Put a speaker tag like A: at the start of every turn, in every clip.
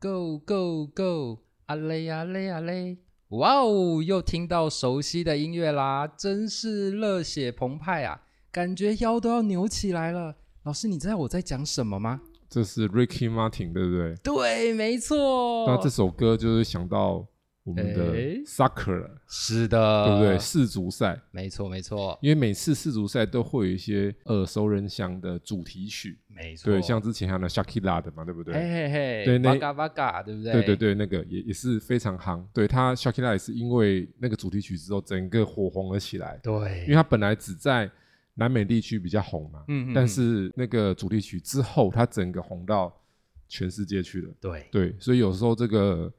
A: Go Go Go！啊嘞啊嘞啊嘞！哇哦，又听到熟悉的音乐啦，真是热血澎湃啊，感觉腰都要扭起来了。老师，你知道我在讲什么吗？
B: 这是 Ricky Martin，对不对？
A: 对，没错。
B: 啊那这首歌就是想到我们的
A: 哦诶呃
B: soccer，了
A: 是的，
B: 对不对？？世足赛，
A: 没错，没错，
B: 因为每次世足赛都会有一些耳熟能详的主题曲，
A: 没错。
B: 对，像之前还有那 Shakira 的嘛，对不对？
A: 嘿嘿嘿，
B: 对那
A: 巴嘎巴嘎，对不对？
B: 对对对，那个也也是非常夯。对他 Shakira 也是因为那个主题曲之后，整个火红了起来，因为
A: 对，
B: 他本来只在南美地区比较红嘛，
A: 嗯嗯嗯
B: 但是那个主题曲之后，他整个红到全世界去了。
A: 对，
B: 对，所以有时候这个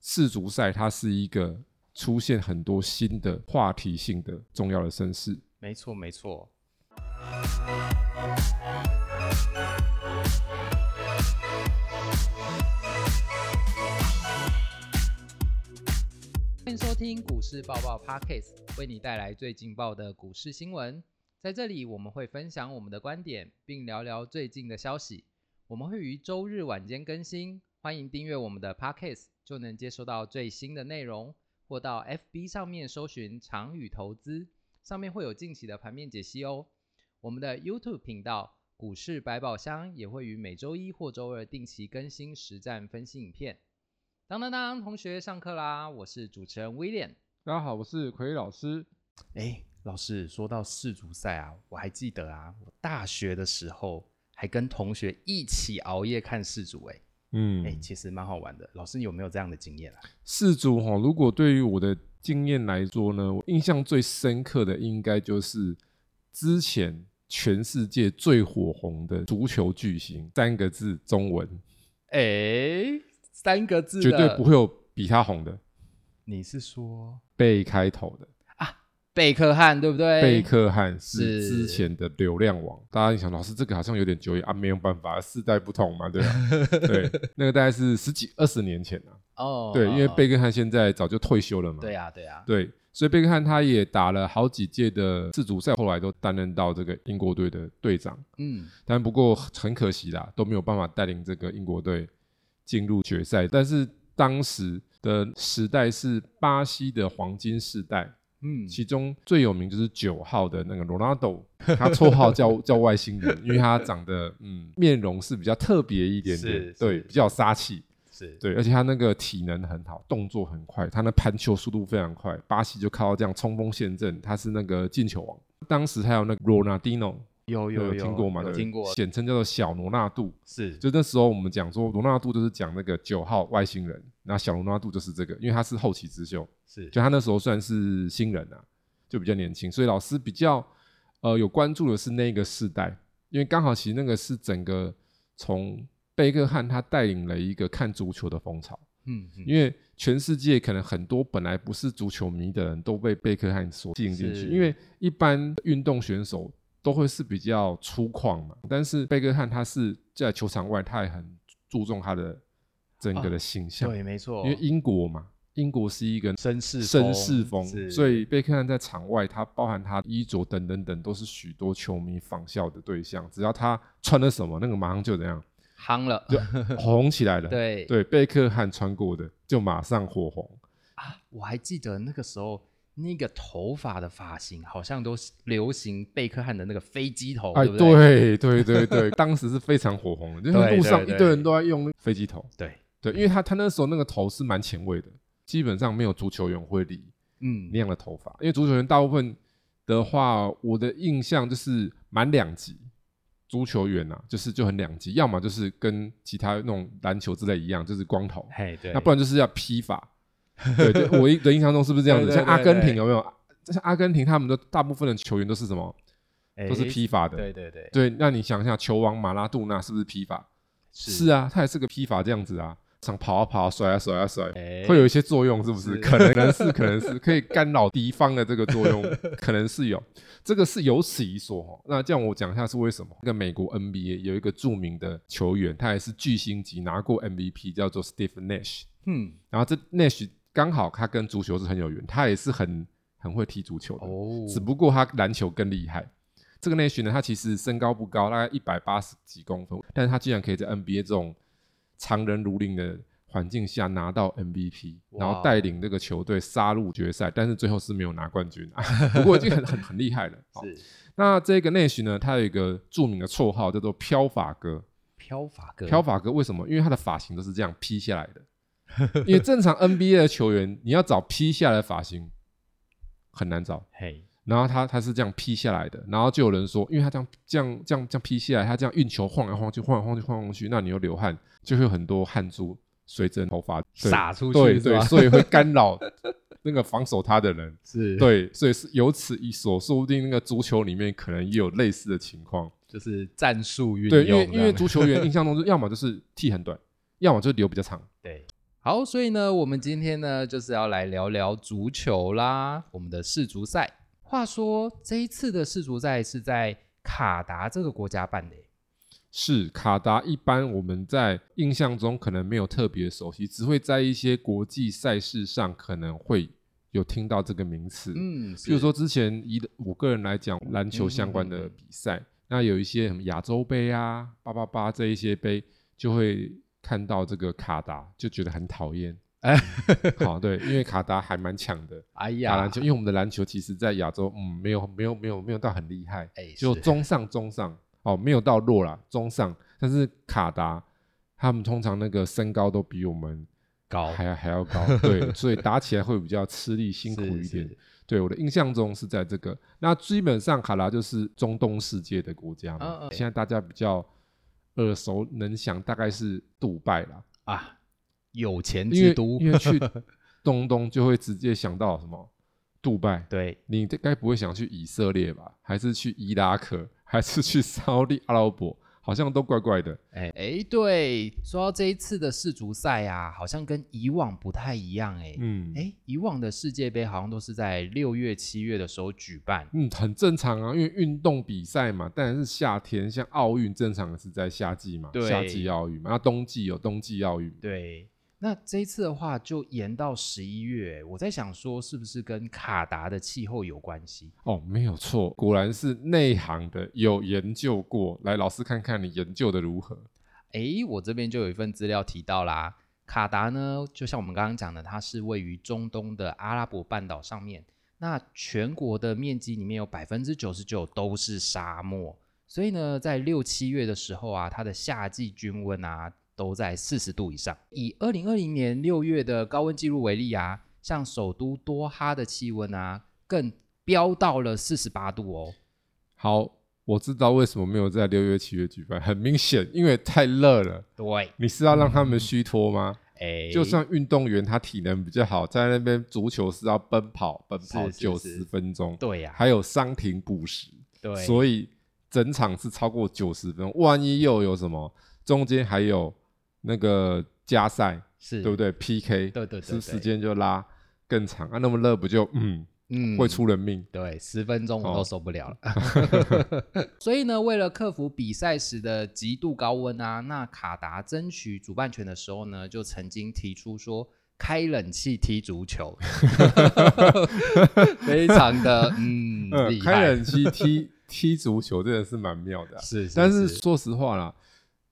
B: 世足赛它是一个出现很多新的话题性的重要的声势。
A: 没错，没错。欢迎收听股市爆爆 Podcast，为你带来最劲爆的股市新闻。在这里，我们会分享我们的观点，并聊聊最近的消息。我们会于周日晚间更新，欢迎订阅我们的 Podcast，就能接收到最新的内容，或到 FB 上面搜寻“长宇投资”，上面会有近期的盘面解析哦。我们的 YouTube 频道“股市百宝箱”也会于每周一或周二定期更新实战分析影片。当当当，同学上课啦！我是主持人 William。
B: 大家好，我是奎老师。
A: 哎，老师，说到世足赛啊，我还记得啊，我大学的时候还跟同学一起熬夜看世足、哎、
B: 嗯，
A: 哎，其实蛮好玩的。老师，你有没有这样的经验啊？
B: 世足哈，如果对于我的经验来说呢，我印象最深刻的应该就是之前全世界最火红的足球巨星，三个字中文，
A: 哎，三个字的
B: 绝对不。会有比他红的，
A: 你是说
B: 贝开头的。
A: 贝克汉对不对？
B: 贝克汉是
A: 是
B: 之前的流量王，大家想老师这个好像有点久远啊，没有办法，世代不同嘛，对吧、 对，那个大概是十几二十年前啊，
A: 哦，
B: 对，因为
A: 哦
B: 贝克汉现在早就退休了嘛，
A: 对啊对啊，
B: 对，所以贝克汉他也打了好几届的世足赛，后来都担任到这个英国队的队长，
A: 嗯，
B: 但不过很可惜啦，都没有办法带领这个英国队进入决赛。但是当时的时代是巴西的黄金时代，
A: 嗯，
B: 其中最有名就是九号的那个罗纳 多，他绰号叫叫外星人，因为他长得嗯面容是比较特别一点
A: 是
B: 点
A: 是，
B: 对，比较有杀气，
A: 是，
B: 对，而且他那个体能很好，动作很快，他那盘球速度非常快。巴西就靠这样冲锋陷阵，他是那个进球王。当时还有那个 Ronaldinho，
A: 有有
B: 有听过吗？
A: 有
B: 对不对
A: 听过，
B: 简称叫做小罗纳度。
A: 是
B: 就那时候我们讲说，罗纳度就是讲那个九号外星人，那小罗纳度就是这个，因为他是后起之秀。
A: 是
B: 就他那时候算是新人啊，就比较年轻，所以老师比较呃有关注的是那个世代，因为刚好其实那个是整个从贝克汉他带领了一个看足球的风潮，
A: 嗯，嗯
B: 因为全世界可能很多本来不是足球迷的人都被贝克汉所吸引进去，
A: 是
B: 因为一般运动选手都会是比较粗犷嘛，但是贝克汉他是在球场外，他也很注重他的整个的形象，
A: 啊对，没错，
B: 因为英国嘛，英国是一个
A: 哦绅士
B: 绅士风，
A: 是
B: 所以贝克汉在场外，他包含他衣着等等等，都是许多球迷仿效的对象。只要他穿了什么，那个马上 就怎样
A: 夯了，
B: 就红起来了。
A: 对，
B: 贝克汉穿过的就马上火红。
A: 啊我还记得那个时候。那个头发的发型好像都是流行贝克汉的那个飞机头，
B: 哎，
A: 哦对不对？
B: 对 对对对，当时是非常火红的，就是
A: 对
B: 路上
A: 对对
B: 一堆人都在用飞机头。
A: 对，
B: 对，因为他他那时候那个头是蛮前卫的，基本上没有足球员会理。
A: 嗯，
B: 那样的头发，因为足球员大部分的话，我的印象就是蛮两极，足球员啊，就是就很两极，要么就是跟其他那种篮球之类一样，就是光头，
A: 嘿，对，
B: 那不然就是要披发。对，就 我一的印象中是不是这样子？
A: 对对对
B: 像阿根
A: 对
B: 廷有没有？像阿根廷，他们的大部分的球员都是什么？
A: 哎
B: 都是披发的。
A: 对对对，
B: 对，那你想一下，球王马拉杜纳是不是披发？是
A: 啊，
B: 啊，他也是个披发这样子啊，想跑啊跑啊，甩啊甩啊甩，
A: 哎
B: 会有一些作用，是不是？
A: 是
B: 可能是， 可能是可以干扰敌方的这个作用，可能是有，这个是有此一说哈。那这样我讲一下是为什么？那个美国 NBA 有一个著名的球员，他也是巨星级，拿过 MVP，叫做 Steve Nash。
A: 嗯，
B: 然后这 Nash 刚好他跟足球是很有缘，他也是很很会踢足球的，
A: 哦，
B: 只不过他篮球更厉害。这个内训呢，他其实身高不高，大概一百八十几公分，但是他竟然可以在 NBA 这种常人如林的环境下拿到 MVP，
A: 哇
B: 然后带领这个球队杀入决赛，但是最后是没有拿冠 军啊。不过已经很很很厉害了。好
A: 是
B: 那这个内许呢，他有一个著名的绰号叫做“飘发哥”。
A: 飘法哥，
B: 飘发哥为什么？因为他的发型都是这样披下来的。 因为正常 NBA 的球员，你要找披下来的发型很难找。
A: 嘿，
B: 然后他他是这样披下来的，然后就有人说，因为他这样这样这样这样披下来，他这样运球晃来晃去，晃来晃去，晃来晃去，那你又流汗，就会有很多汗珠随着头发对
A: 撒出
B: 对
A: 去是
B: 对，
A: 吧？
B: 所以会干扰那个防守他的 人。
A: 是，，
B: 对，所以是由此一说，说不定那个足球里面可能也有类似的情况。
A: 就是战术运
B: 对，因为
A: 用这
B: 因
A: 样
B: 为足球员印象中就要么就是剃很短，要么就留比较长。
A: 对。好，所以呢，我们今天呢就是要来聊聊足球啦，我们的世足赛。话说这一次的世足赛是在卡达这个国家办的耶，
B: 是卡达，一般我们在印象中可能没有特别熟悉，只会在一些国际赛事上可能会有听到这个名词。，
A: 嗯，
B: 比如说之前以我个人来讲，篮球相关
A: 嗯嗯嗯
B: 的
A: 嗯
B: 比赛，那有一些什么亚洲杯啊、八八八这一些杯，就会看到这个卡达，就觉得很 讨厌。
A: 哎，
B: 好，对，因为卡达还蛮强的。
A: 哎
B: 打
A: 呀
B: 篮球，，因为我们的篮球其实，在亚洲，嗯，没有，没有，没有，没有到很厉害，
A: 哎，
B: 就是中上中上哦，没有到弱啦，中上。但是卡达他们通常那个身高都比我们
A: 高
B: 还要还要高，对，所以打起来会比较吃力辛苦一点。，
A: 是是
B: 对我的印象中是在这个。那基本上卡达就是中东世界的国家嘛，
A: 嗯嗯
B: 现在大家比较耳熟能详，大概是杜拜啦，
A: 啊，有钱
B: 因为
A: 之都，
B: 因为去东东就会直接想到什么杜拜，
A: 对，
B: 你这该不会想去以色列吧？还是去伊拉克？还是去沙地阿拉伯？好像都怪怪的。
A: 哎哎，对，说到这一次的世足赛啊，好像跟以往不太一样哎、
B: 嗯，
A: 哎，以往的世界杯好像都是在六月、七月的时候举办，
B: 嗯，很正常啊，因为运动比赛嘛，当然是夏天，像奥运正常的是在夏季嘛，
A: 对
B: 夏季奥运嘛，那冬季有冬季奥运。
A: 对，那这一次的话就延到十一月，我在想说是不是跟卡达的气候有关系？
B: 哦，没有错，果然是内行的，有研究过。来，老师看看你研究的如何。
A: 诶，我这边就有一份资料提到啦，卡达呢，就像我们刚刚讲的，它是位于中东的阿拉伯半岛上面。那全国的面积里面有百分之九十九都是沙漠，所以呢，在六七月的时候啊，它的夏季均温啊都在四十度以上。以二零二零年六月的高温记录为例啊，像首都多哈的气温啊，更飙到了四十八度哦。
B: 好，我知道为什么没有在六月、七月举办，很明显，因为太热了。
A: 对，
B: 你是要让他
A: 嗯
B: 们虚脱吗？
A: 哎，
B: 就算运动员他体能比较好，在那边足球是要奔跑，奔跑
A: 是是
B: 九
A: 是
B: 十分钟，
A: 对呀、
B: 还有伤停补时，
A: 对，
B: 所以整场是超过九十分钟。万一又有什么，中间还有那个加赛，
A: 是
B: 对不？对？PK，
A: 对对对
B: 是不是
A: 对
B: 时间就拉更长啊，那么热不就嗯
A: 嗯，
B: 会出人命？
A: 对，十分钟我
B: 哦
A: 都受不了了。 所以呢，为了克服比赛时的极度高温啊，那卡达争取主办权的时候呢，就曾经提出说开冷气踢足 球，非常的嗯
B: 呃
A: 厉害，
B: 开 冷气踢踢足球真的是蛮妙的啊、
A: 是是
B: 但是说实话啦，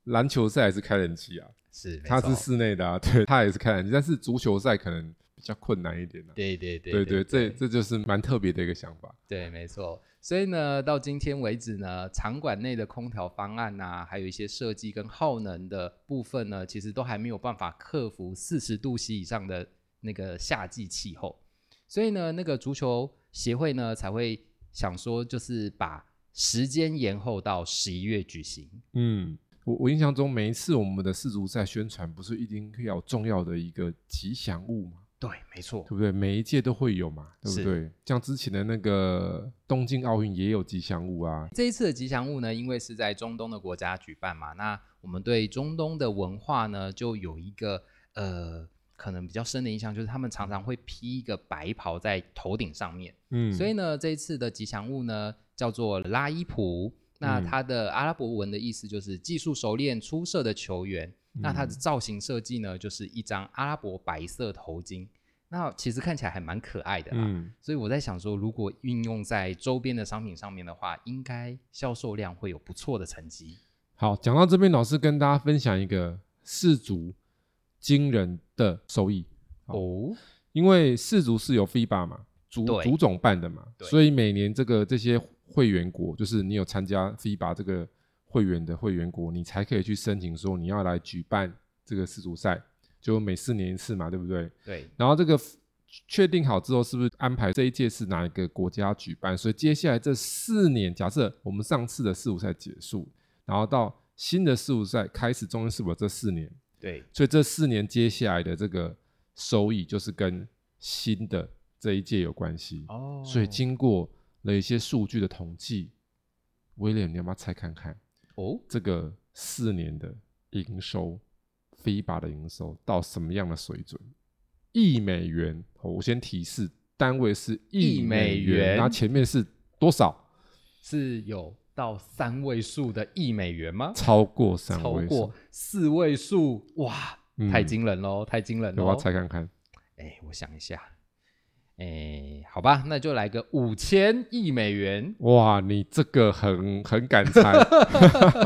B: 篮球赛还是开冷气啊。
A: 是没
B: 它
A: 错
B: 是室内的啊， 对，它也是开冷气，但是足球赛可能比较困难一点啊。
A: 对对对
B: 对
A: 对
B: 这这就是蛮特别的一个想法。
A: 对，没错。所以呢，到今天为止呢，场馆内的空调方案呐、还有一些设计跟耗能的部分呢，其实都还没有办法克服四十度 C 以上的那个夏季气候。所以呢，那个足球协会呢才会想说，就是把时间延后到十一月举行。
B: 嗯，我我印象中每一次我们的世足赛宣传，不是一定要有重要的一个吉祥物嘛，
A: 对，没错
B: 对，不对？每一届都会有嘛，对
A: 是
B: 不对？像之前的那个东京奥运也有吉祥物啊，
A: 这一次的吉祥物呢，因为是在中东的国家举办嘛，那我们对中东的文化呢，就有一个呃，可能比较深的印象，就是他们常常会披一个白袍在头顶上面。
B: 嗯，
A: 所以呢，这一次的吉祥物呢，叫做拉伊普。那
B: 嗯
A: 它的阿拉伯文的意思就是技术熟练出色的球员。
B: 嗯
A: 那它的造型设计呢，就是一张阿拉伯白色头巾。那其实看起来还蛮可爱的啦。
B: 嗯，
A: 所以我在想说，如果运用在周边的商品上面的话，应该销售量会有不错的成绩。
B: 好，讲到这边，老师跟大家分享一个世足惊人的收益，
A: 哦，
B: 因为世足是有 FIBA 嘛，足
A: 对
B: 足总办的嘛，
A: 对
B: 所以每年这个这些会员国，就是你有参加 FIBA 这个会员的会员国，你才可以去申请说你要来举办这个世足赛，就每四年一次嘛，对不对？
A: 对，
B: 然后这个 f- 确定好之后，是不是安排这一届是哪一个国家举办？所以接下来这四年，假设我们上次的世足赛结束，然后到新的世足赛开始，中间是否这四年？
A: 对，
B: 所以这四年接下来的这个收益，就是跟新的这一届有关系。
A: 哦，
B: 所以经过了一些数据的统计，威廉，你要不要猜看看
A: 哦，
B: 这个四年的营收，FIBA 的营收到什么样的水准？一美元，哦我先提示，单位是
A: 一
B: 一
A: 美
B: 美
A: 元
B: 元，然后前面是多少？
A: 是有到三位数的亿美元吗？
B: 超过三
A: 超
B: 位数
A: 过，四位数，哇，
B: 嗯
A: 太惊人喽，太惊人
B: 要不要
A: 喽！
B: 猜看看？
A: 哎，我想一下，哎，好吧，那就来个五千亿美元，
B: 哇，你这个很很敢猜，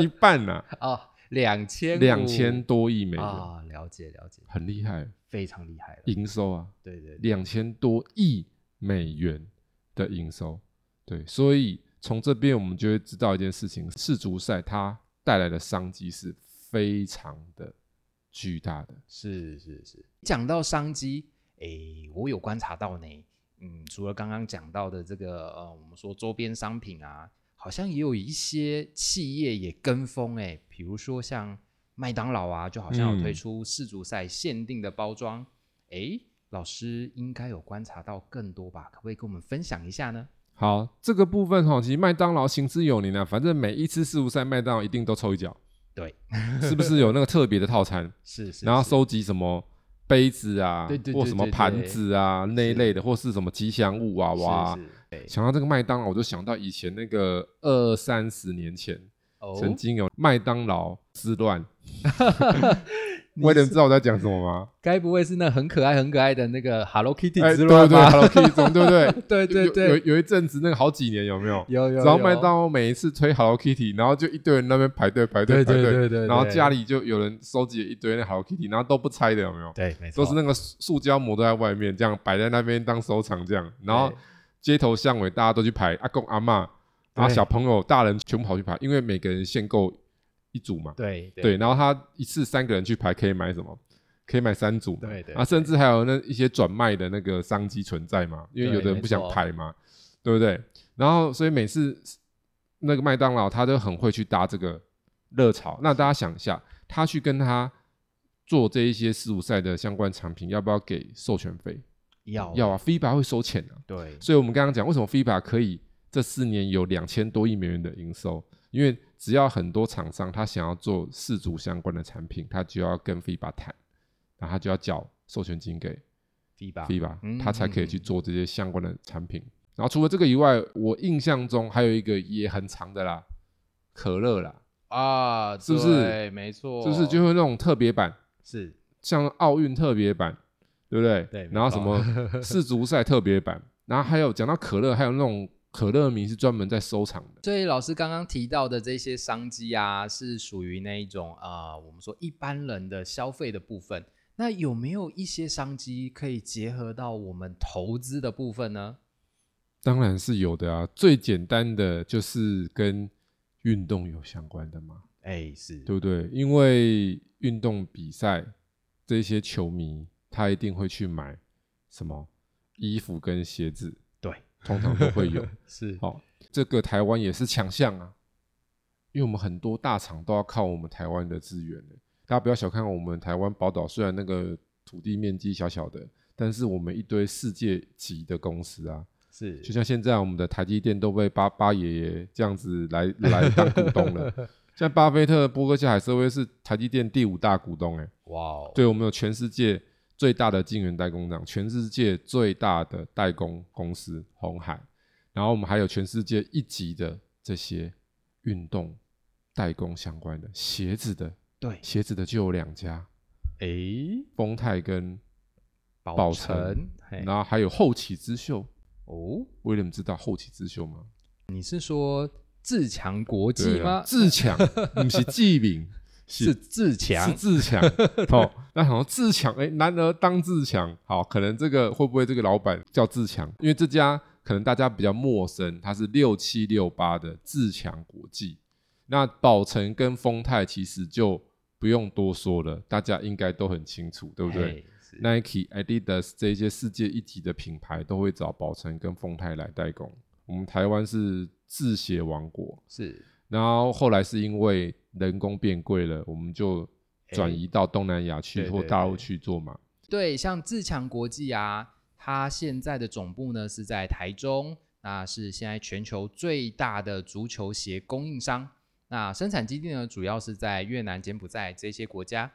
B: 一半呐、
A: 哦，两千
B: 两千多亿美元，
A: 啊，了解了解，
B: 很厉害，
A: 非常厉害了，
B: 营收啊，
A: 对对对，
B: 两千多亿美元的营收，对，所以从这边我们就会知道一件事情，世足赛它带来的商机是非常的巨大的，
A: 是是是。讲到商机，哎，我有观察到呢，嗯，除了刚刚讲到的这个呃，我们说周边商品啊，好像也有一些企业也跟风哎，比如说像麦当劳啊，就好像有推
B: 嗯
A: 出世足赛限定的包装，哎、老师应该有观察到更多吧？可不可以跟我们分享一下呢？
B: 好，这个部分哈、其实麦当劳行之有年啊，反正每一次世足赛，麦当劳一定都抽一角，
A: 对，
B: 是不是有那个特别的套餐？
A: 是是
B: 然后
A: 是
B: 收集什么杯子啊，
A: 对对对
B: 或什么
A: 对对
B: 盘子啊那一
A: 是
B: 类的，或是什么吉祥物娃娃啊。
A: 是是对
B: 想到这个麦当劳，我就想到以前那个二三十年前
A: 哦，
B: 曾经 有麦当劳之乱。
A: 你
B: 威廉
A: 是
B: 知道我在讲什么 吗？
A: 该不会是那很可爱很可爱的那个 Hello Kitty
B: 哎，
A: 之
B: 对
A: 乱
B: 对
A: 吧？
B: ，Hello Kitty 中对不对？
A: 对对
B: 有
A: 对，
B: 有有一阵子那个好几年有没有？
A: 有有
B: 然
A: 有
B: 后麦当劳每一次推 Hello Kitty，然后就一堆人那边排队排
A: 对
B: 队排
A: 对
B: 队，
A: 对对
B: 然后
A: 对
B: 家里就有人收集了一堆那 Hello Kitty，然后都不拆的有没有？
A: 对，没
B: 都是那个塑塑胶膜都在外面，这样摆在那边当收藏这样，然后
A: 对
B: 街头巷尾大家都去排，阿公阿嬷，然后
A: 对
B: 小朋友、大人全部跑去排，因为每个人限购一组嘛，
A: 对
B: 对，然后他一次三个人去排可以买什么？可以买三组嘛，
A: 对对
B: 啊，甚至还有那一些转卖的那个商机存在嘛，因为
A: 对
B: 有的人
A: 没
B: 不想
A: 错
B: 排嘛，对不对？然后所以每次那个麦当劳，他都很会去搭这个热潮。那大家想一下，他去跟他做这一些四五赛的相关产品，要不要给授权费？
A: 要
B: 要啊，FIBA 会收钱啊。
A: 对
B: 所以我们刚刚讲，为什么 FIBA 可以这四年有两千多亿美元的营收？因为只要很多厂商他想要做氏族相关的产品，他就要跟 FIBA 谈，然后他就要缴授权金给
A: FIBA
B: FIBA，
A: 嗯
B: 他才可以去
A: 嗯嗯
B: 做这些相关的产品。然后除了这个以外，我印象中还有一个也很长的啦，可乐啦，
A: 啊，
B: 是不是
A: 对没错，
B: 就是就会那种特别版，
A: 是
B: 像奥运特别版，对不对？
A: 对没
B: 然后
A: 错
B: 什 么世足赛特别版，然后还有讲到可乐，还有那种可乐迷是专门在收藏的。
A: 所以老师刚刚提到的这些商机啊，是属于那一种啊、呃我们说一般人的消费的部分。那有没有一些商机可以结合到我们投资的部分呢？
B: 当然是有的啊，最简单的就是跟运动有相关的嘛，
A: 哎，是
B: 对不对？因为运动比赛这些球迷他一定会去买什么衣服跟鞋子，
A: 对，
B: 通常都 会有。
A: 是
B: 好、哦这个台湾也是强项啊，因为我们很多大厂都要靠我们台湾的资源的。大家不要小看我们台湾宝岛，虽然那个土地面积小小的，但是我们一堆世界级的公司啊，
A: 是，
B: 就像现在我们的台积电都被巴巴爷爷这样子来来当股东了。像巴菲特、伯克夏海瑟威是台积电第五大股东、欸，
A: 哇哦，
B: 对我们有全世界最大的晶圆代工厂，全世界最大的代工公司红海，然后我们还有全世界一级的这些运动代工相关的鞋子的，
A: 对，
B: 鞋子的就有两家，
A: 哎，
B: 丰泰跟，
A: 宝哎
B: 宝
A: 城
B: 城，
A: 嘿
B: 然后还有后起之秀。
A: 哦，
B: 威廉知道后起之秀吗？
A: 你是说自强国际
B: 对啊
A: 吗？
B: 自强，不是记名，
C: 是自强
B: 是，自强哦。那好像自强，哎，男儿当自强。好，可能这个会不会这个老板叫自强？因为这家可能大家比较陌生，它是六七六八的自强国际。那宝城跟丰泰其实就不用多说了，大家应该都很清楚，对不对？
A: 嘿？哎是
B: Nike、Adidas 这一些世界一级的品牌都会找宝城跟丰泰来代工。我们台湾是制鞋王国，
A: 是
B: 然后后来是因为人工变贵了，我们就转移到东南亚去
C: 对
B: 或
C: 对
B: 大陆
C: 对
B: 去做嘛。
A: 对，像自强国际啊，它现在的总部呢是在台中，那是现在全球最大的足球鞋供应商。那生产基地呢，主要是在越南、柬埔寨这些国家。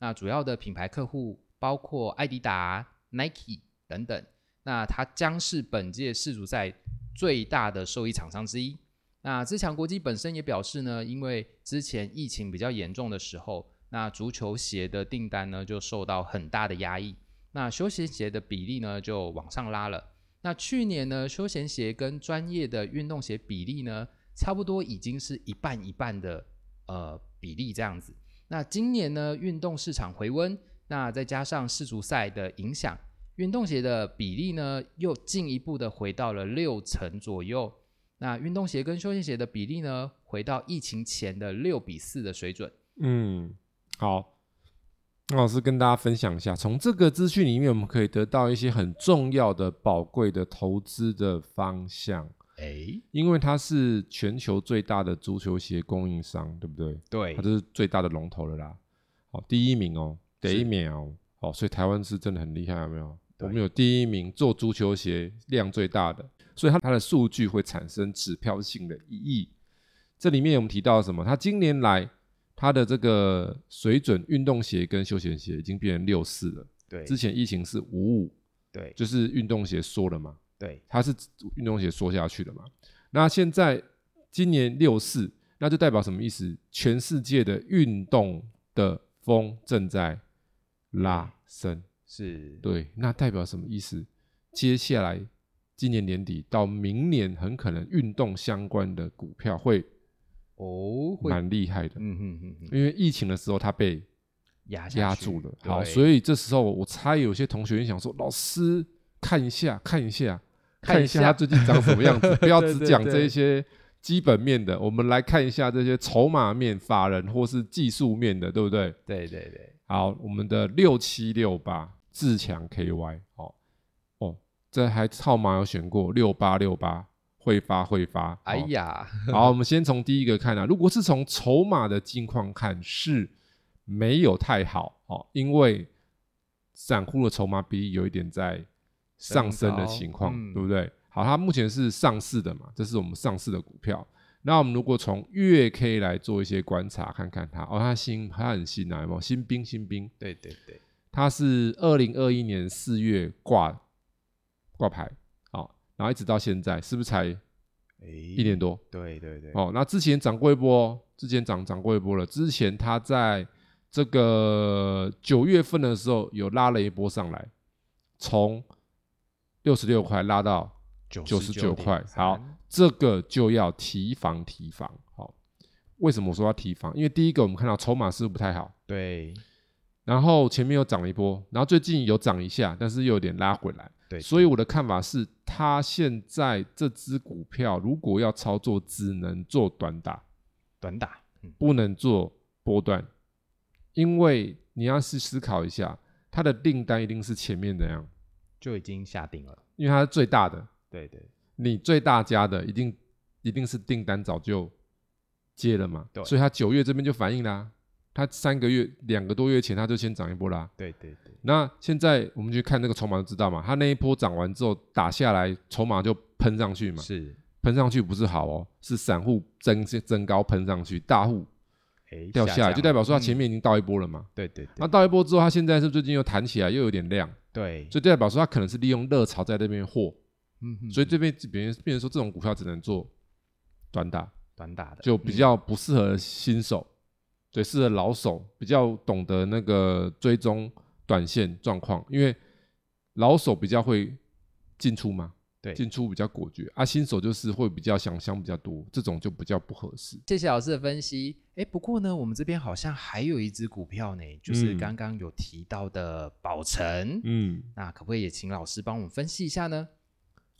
A: 那主要的品牌客户包括艾迪达、Nike 等等。那它将是本届世足赛最大的受益厂商之一。那自强国际本身也表示呢，因为之前疫情比较严重的时候，那足球鞋的订单呢就受到很大的压抑，那休闲鞋的比例呢就往上拉了。那去年呢，休闲鞋跟专业的运动鞋比例呢，差不多已经是一半一半的呃比例这样子。那今年呢，运动市场回温，那再加上世足赛的影响，运动鞋的比例呢又进一步的回到了六成左右。那运动鞋跟休闲鞋的比例呢，回到疫情前的六比四的水准。
B: 嗯，好，那老师跟大家分享一下，从这个资讯里面，我们可以得到一些很重要的、宝贵的投资的方向，
A: 哎，
B: 因为它是全球最大的足球鞋供应商，对不对？
A: 对
B: 它就是最大的龙头了啦。好，第一名哦，第一名哦，好，所以台湾是真的很厉害，有没有？我
A: 对
B: 们有第一名做足球鞋量最大的，所以它它的数据会产生指标性的意义。这里面我们提到什么？它今年来它的这个水准，运动鞋跟休闲鞋已经变成六四了。
C: 对
B: 之前疫情是五五，
C: 对
B: 就是运动鞋缩了嘛，
C: 对
B: 它是运动鞋缩下去的嘛。那现在今年六四，那就代表什么意思？全世界的运动的风正在拉升，
C: 是，
B: 对，那代表什么意思？接下来今年年底到明年，很可能运动相关的股票会
A: 哦，会，
B: 蛮厉害的，
A: 嗯哼哼哼，
B: 因为疫情的时候它被
A: 压下
B: 压
A: 去
B: 住了。好，
A: 对
B: 所以这时候我猜有些同学也想说，老师看一下，看一下，
A: 看
B: 看
A: 一
B: 一下
A: 下
B: 他最近长什么样子，不要
C: 对
B: 只
C: 对
B: 讲
C: 对
B: 这些基本面的，我们来看一下这些筹码面、法人或是技术面的，对不对？
A: 对对对，
B: 好，我们的六七六八自强 KY，哦哦，这还号码有选过六八六八。会发会发，哦
A: 哎
B: 好
A: 呀，
B: 好，我们先从第一个看啊，如果是从筹码的境况看，是没有太好哦，因为散户的筹码比例有一点在上升的情况，
A: 升高嗯
B: 对不对？好，它目前是上市的嘛，这是我们上市的股票。那我们如果从月 K 来做一些观察，看看它哦，它新，它很新啊，有没有新兵？新兵，
A: 对对对，
B: 它是二零二一年四月挂挂牌，好、然后一直到现在，是不是才一
C: 一
B: 年多？
C: 对对对，
B: 哎哦，那之前涨过一波哦，之前涨涨过一波了。之前它在这个九月份的时候有拉了一波上来，从六十六块拉到九十九块。好，这个就要提防提防。好，为什么我说要提防？因为第一个我们看到筹码是不是不太好，
C: 对
B: 然后前面又涨了一波，然后最近有涨一下，但是又有点拉回来。
C: 对，
B: 所以我的看法是，它现在这只股票如果要操作，只能做短打。
A: 短打，嗯，
B: 不能做波段，因为你要是思考一下，它的订单一定是前面怎样，
A: 就已经下定了，
B: 因为它是最大的，
C: 对对
B: 你最大家的一定一定是订单早就接了嘛，
C: 对
B: 所以它九月这边就反映啦，它三个月两个多月前它就先涨一波啦。
C: 对对对，
B: 那现在我们去看那个筹码就知道嘛，它那一波涨完之后打下来，筹码就喷上去嘛，
C: 是，
B: 喷上去不是好哦，是散户增增高喷上去，大户
C: 哎，
B: 掉下来，就代表说它
C: 嗯
B: 前面啊已经到一波了嘛。
C: 对对
B: 那
C: 对
B: 到一波之后，它现在是不是最近又弹起来，又有点亮，
C: 对，
B: 所以代表说它可能是利用热潮在那边货，
A: 嗯哼，
B: 所以这边别人变成说这种股票只能做短打，
A: 短打的嗯
B: 就比较不适合新手，对，适合老手，比较懂得那个追踪短线状况，因为老手比较会进出嘛，
C: 对
B: 进出比较果决啊，新手就是会比较想象比较多，这种就比较不合适。
A: 谢谢老师的分析。哎，不过呢，我们这边好像还有一只股票呢，就是
B: 嗯
A: 刚刚有提到的宝城。
B: 嗯，
A: 那可不可以也请老师帮我们分析一下呢？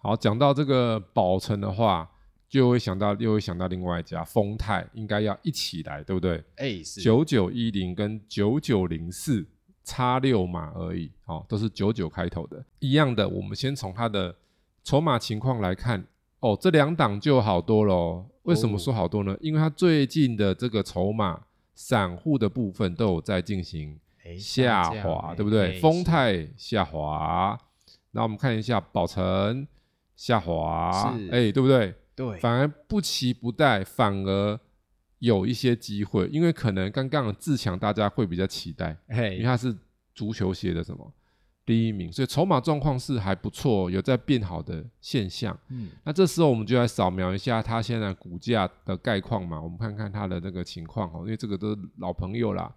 B: 好，讲到这个宝城的话，就会想到又会想到另外一家丰泰，应该要一起来，对不对？
A: 哎，是
B: 九九一零跟九九零四差六码而已，哦，都是九九开头的，一样的。我们先从它的筹码情况来看，哦，这两档就好多喽。为什么说好多呢？因为它最近的这个筹码，散户的部分都有在进行
A: 哎
B: 下
A: 这样
B: 滑，
A: 哎
B: 对不对？
A: 哎
B: 丰
A: 是
B: 泰下滑，那我们看一下宝城下滑，
A: 是
B: 哎，对不对？
C: 对，
B: 反而不期不待，反而有一些机会，因为可能刚刚的自强大家会比较期待，因为
A: 哎，
B: 它是足球协的什么第一名，所以筹码状况是还不错，有在变好的现象。
A: 嗯，
B: 那这时候我们就来扫描一下它现在股价的概况嘛，我们看看它的那个情况哦，因为这个都是老朋友啦。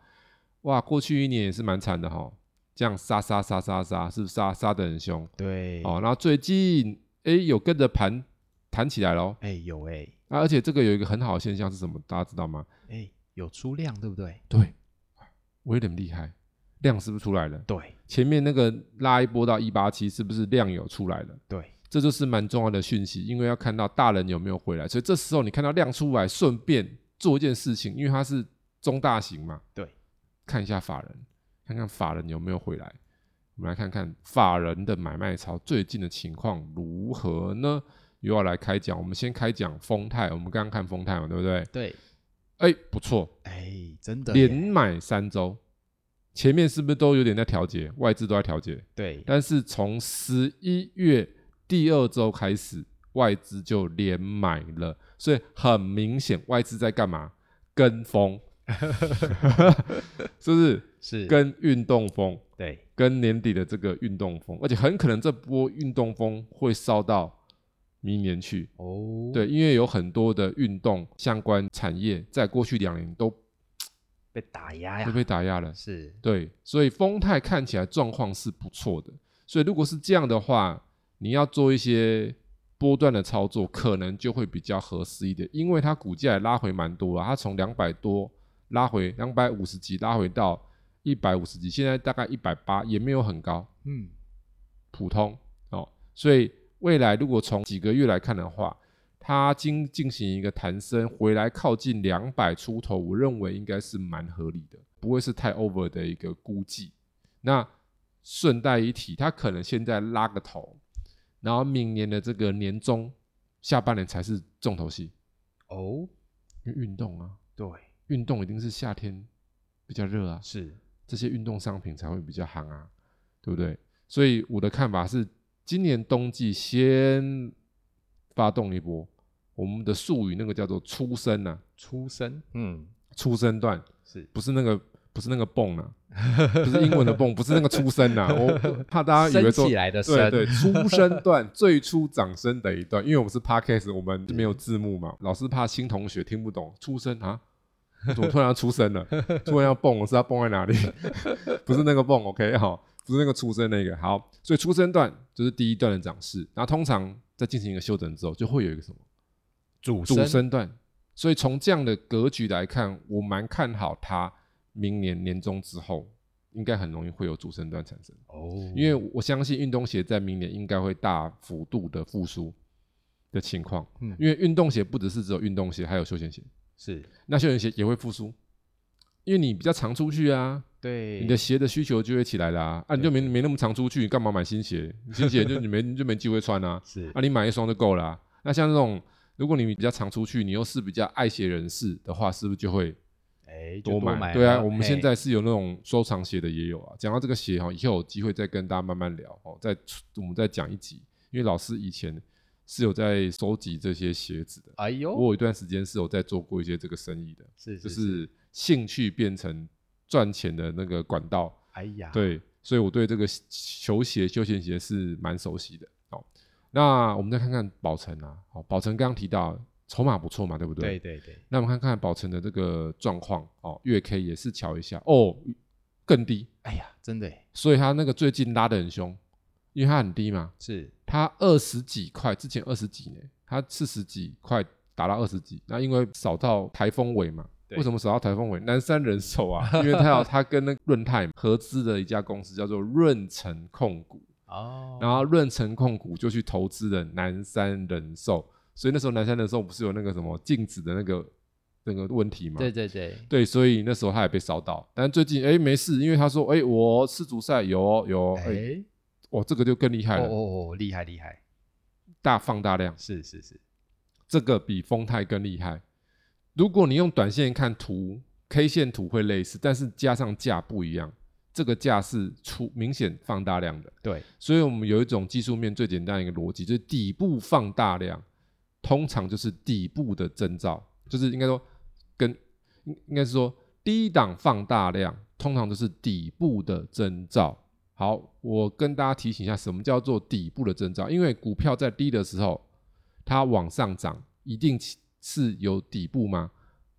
B: 哇，过去一年也是蛮惨的哈、这样杀杀杀杀杀，是不是杀杀的很凶？
C: 对，
B: 哦，然后最近诶有跟着盘弹起来喽，
C: 哎有哎
B: 啊，而且这个有一个很好的现象是什么？大家知道吗？
C: 哎
A: 有出量对不对？
B: 对，威廉厉害，量是不是出来了？
C: 对
B: 前面那个拉一波到一八七，是不是量有出来了？
C: 对
B: 这就是蛮重要的讯息，因为要看到大人有没有回来，所以这时候你看到量出来，顺便做一件事情，因为它是中大型嘛，
C: 对，
B: 看一下法人，看看法人有没有回来。我们来看看法人的买卖潮最近的情况如何呢？又要来开讲，我们先开讲丰泰，我们刚刚看丰泰嘛，对不对？
A: 对，
B: 哎，不错，
A: 哎，真的耶
B: 连买三周，前面是不是都有点在调节，外资都在调节？
C: 对
B: 但是从十一月第二周开始，外资就连买了，所以很明显外资在干嘛？跟风，是不是？
C: 是
B: 跟运动风，
C: 对
B: 跟年底的这个运动风，而且很可能这波运动风会烧到明年去。
A: 哦，
B: 对，因为有很多的运动相关产业，在过去两年都
C: 被打压
B: 都
C: 呀，
B: 被打压了。
C: 是
B: 对，所以丰泰看起来状况是不错的。所以如果是这样的话，你要做一些波段的操作，可能就会比较合适一点，因为它股价也拉回蛮多啊，它从两百多拉回两百五十几，拉回到一百五十几，现在大概一百八，也没有很高，
A: 嗯，
B: 普通哦。所以未来如果从几个月来看的话，它经进行一个弹升回来，靠近两百出头，我认为应该是蛮合理的，不会是太 over 的一个估计。那顺带一提，它可能现在拉个头，然后明年的这个年终下半年才是重头戏，
A: 哦，
B: 因为运动啊，
C: 对
B: 运动一定是夏天比较热啊，
C: 是
B: 这些运动商品才会比较夯啊，对不对？所以我的看法是，今年冬季先发动一波，我们的术语那个叫做出生啊，
C: 出生，嗯
B: 出生段，
C: 是
B: 不是那个不是那个蹦啊，不是英文的蹦，不是那个出生啊，我怕大家以
A: 升
B: 为说
A: 起。来的升，
B: 对对，出生段最初掌声的一段，因为我们是 podcast，我们没有字幕嘛，老师怕新同学听不懂，出生啊，我怎么突然要出生了？突然要蹦，我是要蹦在哪里？ 不是那个蹦，OK 好，不是那个出生那个好，所以出生段就是第一段的涨势，然后通常在进行一个休整之后，就会有一个什么
C: 主
B: 主
C: 升
B: 升段，所以从这样的格局来看，我蛮看好它明年年中之后。应该很容易会有主升段产生，
C: 哦，
B: 因为我相信运动鞋在明年应该会大幅度的复苏的情况，
A: 嗯
B: 因为运动鞋不只是只有运动鞋，还有休闲鞋，
C: 是
B: 那休闲鞋也会复苏，因为你比较常出去啊，
C: 对
B: 你的鞋的需求就会起来啦、啊，你就没没那么常出去，你干嘛买新鞋？新鞋就你没 你就没机会穿啊，
C: 是
B: 啊，你买一双就够啦、那像这种，如果你比较常出去，你又是比较爱鞋人士的话，是不是就会
C: 哎就
B: 多
A: 买
B: 买？对啊，
A: 了
B: 我们
A: 嘿
B: 现在是有那种收藏鞋的也有啊。讲到这个鞋哈、以后有机会再跟大家慢慢聊哦，再我们再讲一集，因为老师以前是有在收集这些鞋子的，
A: 哎呦，
B: 我有一段时间是有在做过一些这个生意的，
C: 是
B: 就是是兴趣变成赚钱的那个管道。
C: 哎呀
A: 啊
B: 对，所以我对这个球鞋、休闲鞋是蛮熟悉的。哦，那我们再看看宝城啊，好，宝城刚刚提到筹码不错嘛，对不
C: 对
B: 对？
C: 对对
B: 那我们看看宝城的这个状况哦，月 K 也是瞧一下哦，更低，
A: 哎呀，真的耶，
B: 所以它那个最近拉得很凶，因为它很低嘛，
C: 是
B: 它二十几块，之前二十几呢，它四十几块打到二十几，那因为扫到台风尾嘛。
C: 对
B: 为什么扫到台风尾？南山人寿啊， 因为它有它跟那个润泰合资的一家公司叫做润成控股，
C: 哦
B: 然后润成控股就去投资了南山人寿，所以那时候南山人寿不是有那个什么禁止的那个那个问题嘛？
A: 对对对，
B: 对，所以那时候他也被烧到，但最近哎没事，因为他说哎我世足赛有哦有哦，哎
C: 哎，
B: 哇这个就更厉害
C: 哦
B: 了，
C: 哦哦，厉害厉害，
B: 大放大量，
C: 是是是，
B: 这个比丰泰更厉害。如果你用短线看图，K 线图会类似，但是加上价不一样，这个价是出明显放大量的。
C: 对，
B: 所以我们有一种技术面最简单的一个逻辑，就是底部放大量，通常就是底部的征兆，就是应该说跟应应该是说低档放大量，通常就是底部的征兆。好，我跟大家提醒一下，什么叫做底部的征兆？因为股票在低的时候，它往上涨，一定是有底部吗？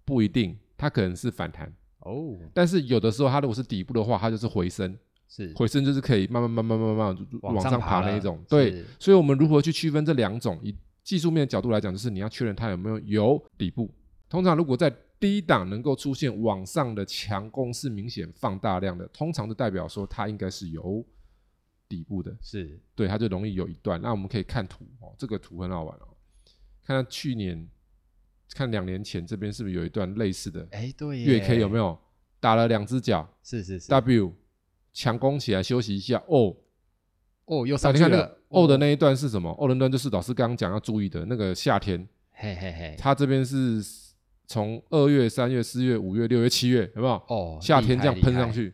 B: 不一定，它可能是反弹。
C: 哦，
B: 但是有的时候，它如果是底部的话，它就是回升。
C: 是
B: 回升就是可以慢慢慢慢慢慢慢
C: 往
B: 往
C: 上
B: 上
C: 爬
B: 爬那
C: 了
B: 一种。
C: 是
B: 对，所以我们如何去区分这两种？以技术面的角度来讲，就是你要确认它有没有有底部。通常如果在低档能够出现往上的强攻势明显放大量的，通常就代表说它应该是有底部的，
C: 是，
B: 对，它就容易有一段。那我们可以看图哦，这个图很好玩哦，看它去年，看两年前这边是不是有一段类似的
C: 哎，对耶，
B: 月 K 有没有打了两只脚？
C: 是是是，
B: W 强攻起来休息一下哦。
C: 哦又
B: 啊
C: 上
B: 你
C: 去
B: 看那
C: 了哦
B: 个，O 的那一段是什么？O 的那段就是老师刚刚讲要注意的那个夏天，
C: 嘿嘿嘿，
B: 它这边是从二月、三月、四月、五月、六月、七月，有没有？
C: 哦，
B: 夏
C: 厉
B: 天
C: 害
B: 这样喷上，
C: 厉害
B: 去，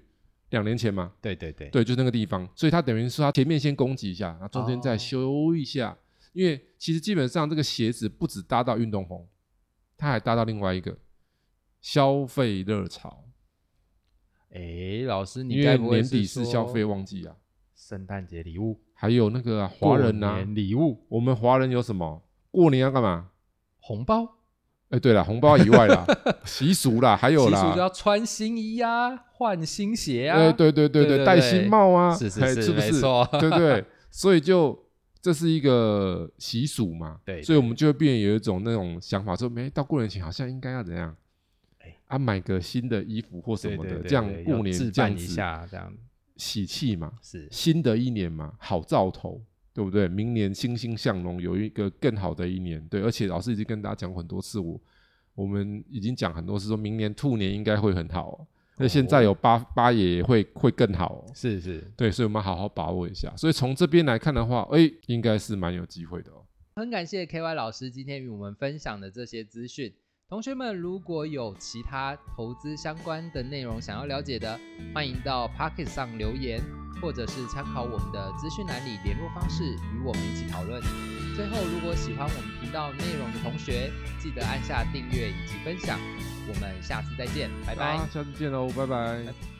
B: 两年前嘛，
C: 对对对，
B: 对，就是那个地方，所以它等于是它前面先攻击一下，然后中间
C: 哦
B: 再修一下，因为其实基本上这个鞋子不止搭到运动风，它还搭到另外一个消费热潮，
A: 哎，老师，你
B: 因
A: 该
B: 为
A: 不会
B: 年底是
A: 是
B: 消费
A: 说
B: 旺季啊。
C: 圣诞节礼物，
B: 还有那个啊华、人呐、
C: 过年礼物，
B: 我们华人有什么？过年要干嘛？
A: 红包？
B: 哎，对了，红包以 外啦，习俗啦，还有
A: 习
B: 啦，
A: 俗就要穿新衣啊，换新鞋啊。
B: 哎，对对对
A: 对对
B: 戴
A: 对
B: 新帽啊，
A: 是是
B: 哎
A: 是
B: 是不
A: 没
B: 是？
A: 错
B: 对对，所以就这是一个习俗嘛，
C: 对
B: 所以我们就会变有一种那种想法，说，没到过年前好像应该要怎样
C: 哎？
B: 啊，买个新的衣服或什
C: 对
B: 么
C: 对
B: 的，
C: 对
B: 这样
C: 对
B: 过
C: 要
B: 年
C: 置
B: 这样
C: 办一
B: 子
C: 下这样
B: 喜气嘛，
C: 是
B: 新的一年嘛，好兆头，对不对？明年欣欣向荣，有一个更好的一年。对，而且老师已经跟大家讲过很多次，我我们已经讲很多次，说明年兔年应该会很好、哦。那现在有八八也会会更好、哦，
C: 是是，
B: 对，所以我们好好把握一下。所以从这边来看的话，哎，应该是蛮有机会的哦。
A: 很感谢 KY 老师今天与我们分享的这些资讯。同学们，如果有其他投资相关的内容想要了解的，欢迎到 Pocket 上留言，或者是参考我们的资讯栏里联络方式与我们一起讨论。最后，如果喜欢我们频道内容的同学，记得按下订阅以及分享。我们下次再见，拜拜。
B: 啊下次见喽，拜拜